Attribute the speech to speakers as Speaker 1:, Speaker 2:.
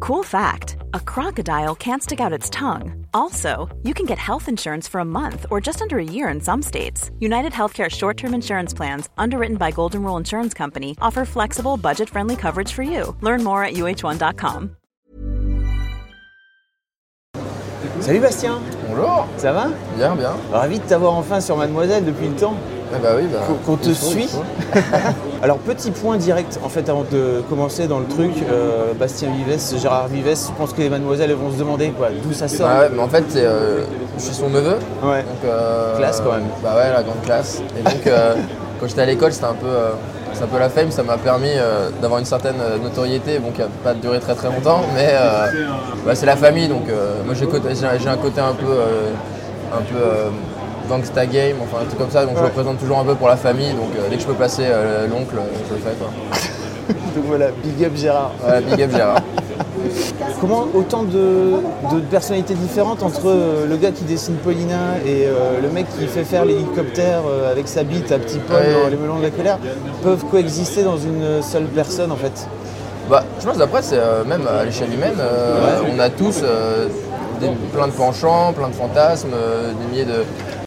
Speaker 1: Cool fact a crocodile can't stick out its tongue. Also, you can get health insurance for a month or just under a year in some states. United Healthcare short term insurance plans, underwritten by Golden Rule Insurance Company, offer flexible, budget friendly coverage for you. Learn more at uh1.com.
Speaker 2: Salut Bastien,
Speaker 3: Bonjour
Speaker 2: ça va
Speaker 3: Bien, bien.
Speaker 2: Ravi de t'avoir enfin sur Mademoiselle depuis le temps.
Speaker 3: Eh bah oui, bah,
Speaker 2: Qu'on- qu'on te
Speaker 3: il faut, il
Speaker 2: suit.
Speaker 3: faut.
Speaker 2: Alors petit point direct en fait avant de commencer dans le truc, euh, Bastien Vives, Gérard Vives, je pense que les mademoiselles elles vont se demander quoi, d'où ça sort.
Speaker 3: Ah ouais, mais en fait, c'est, euh, je suis son neveu.
Speaker 2: Ouais.
Speaker 3: Donc, euh,
Speaker 2: Classe, quand même.
Speaker 3: Bah ouais, la grande classe. Et donc, euh, quand j'étais à l'école, c'était un peu. euh, c'est un peu la fame, ça m'a permis euh, d'avoir une certaine euh, notoriété, bon qui a pas duré très très longtemps, mais euh, bah, c'est la famille, donc euh, moi j'ai, côté- j'ai- j'ai un côté un peu, euh, un peu euh, gangsta game, enfin un truc comme ça, donc je
Speaker 2: Ouais.
Speaker 3: représente toujours un peu pour la famille, donc euh, dès que je peux passer euh, l'oncle, euh, je le fais quoi.
Speaker 2: Donc voilà, big up Gérard.
Speaker 3: Voilà, big up Gérard.
Speaker 2: Comment autant de, de personnalités différentes entre euh, le gars qui dessine Paulina et euh, le mec qui fait faire l'hélicoptère euh, avec sa bite à petit Paul
Speaker 3: Ouais.
Speaker 2: dans Les Melons de la Colère peuvent coexister dans une seule personne en fait
Speaker 3: Bah, je pense après c'est euh, même à l'échelle humaine, euh, on a tous euh, des- plein de penchants, plein de fantasmes, euh, des milliers de,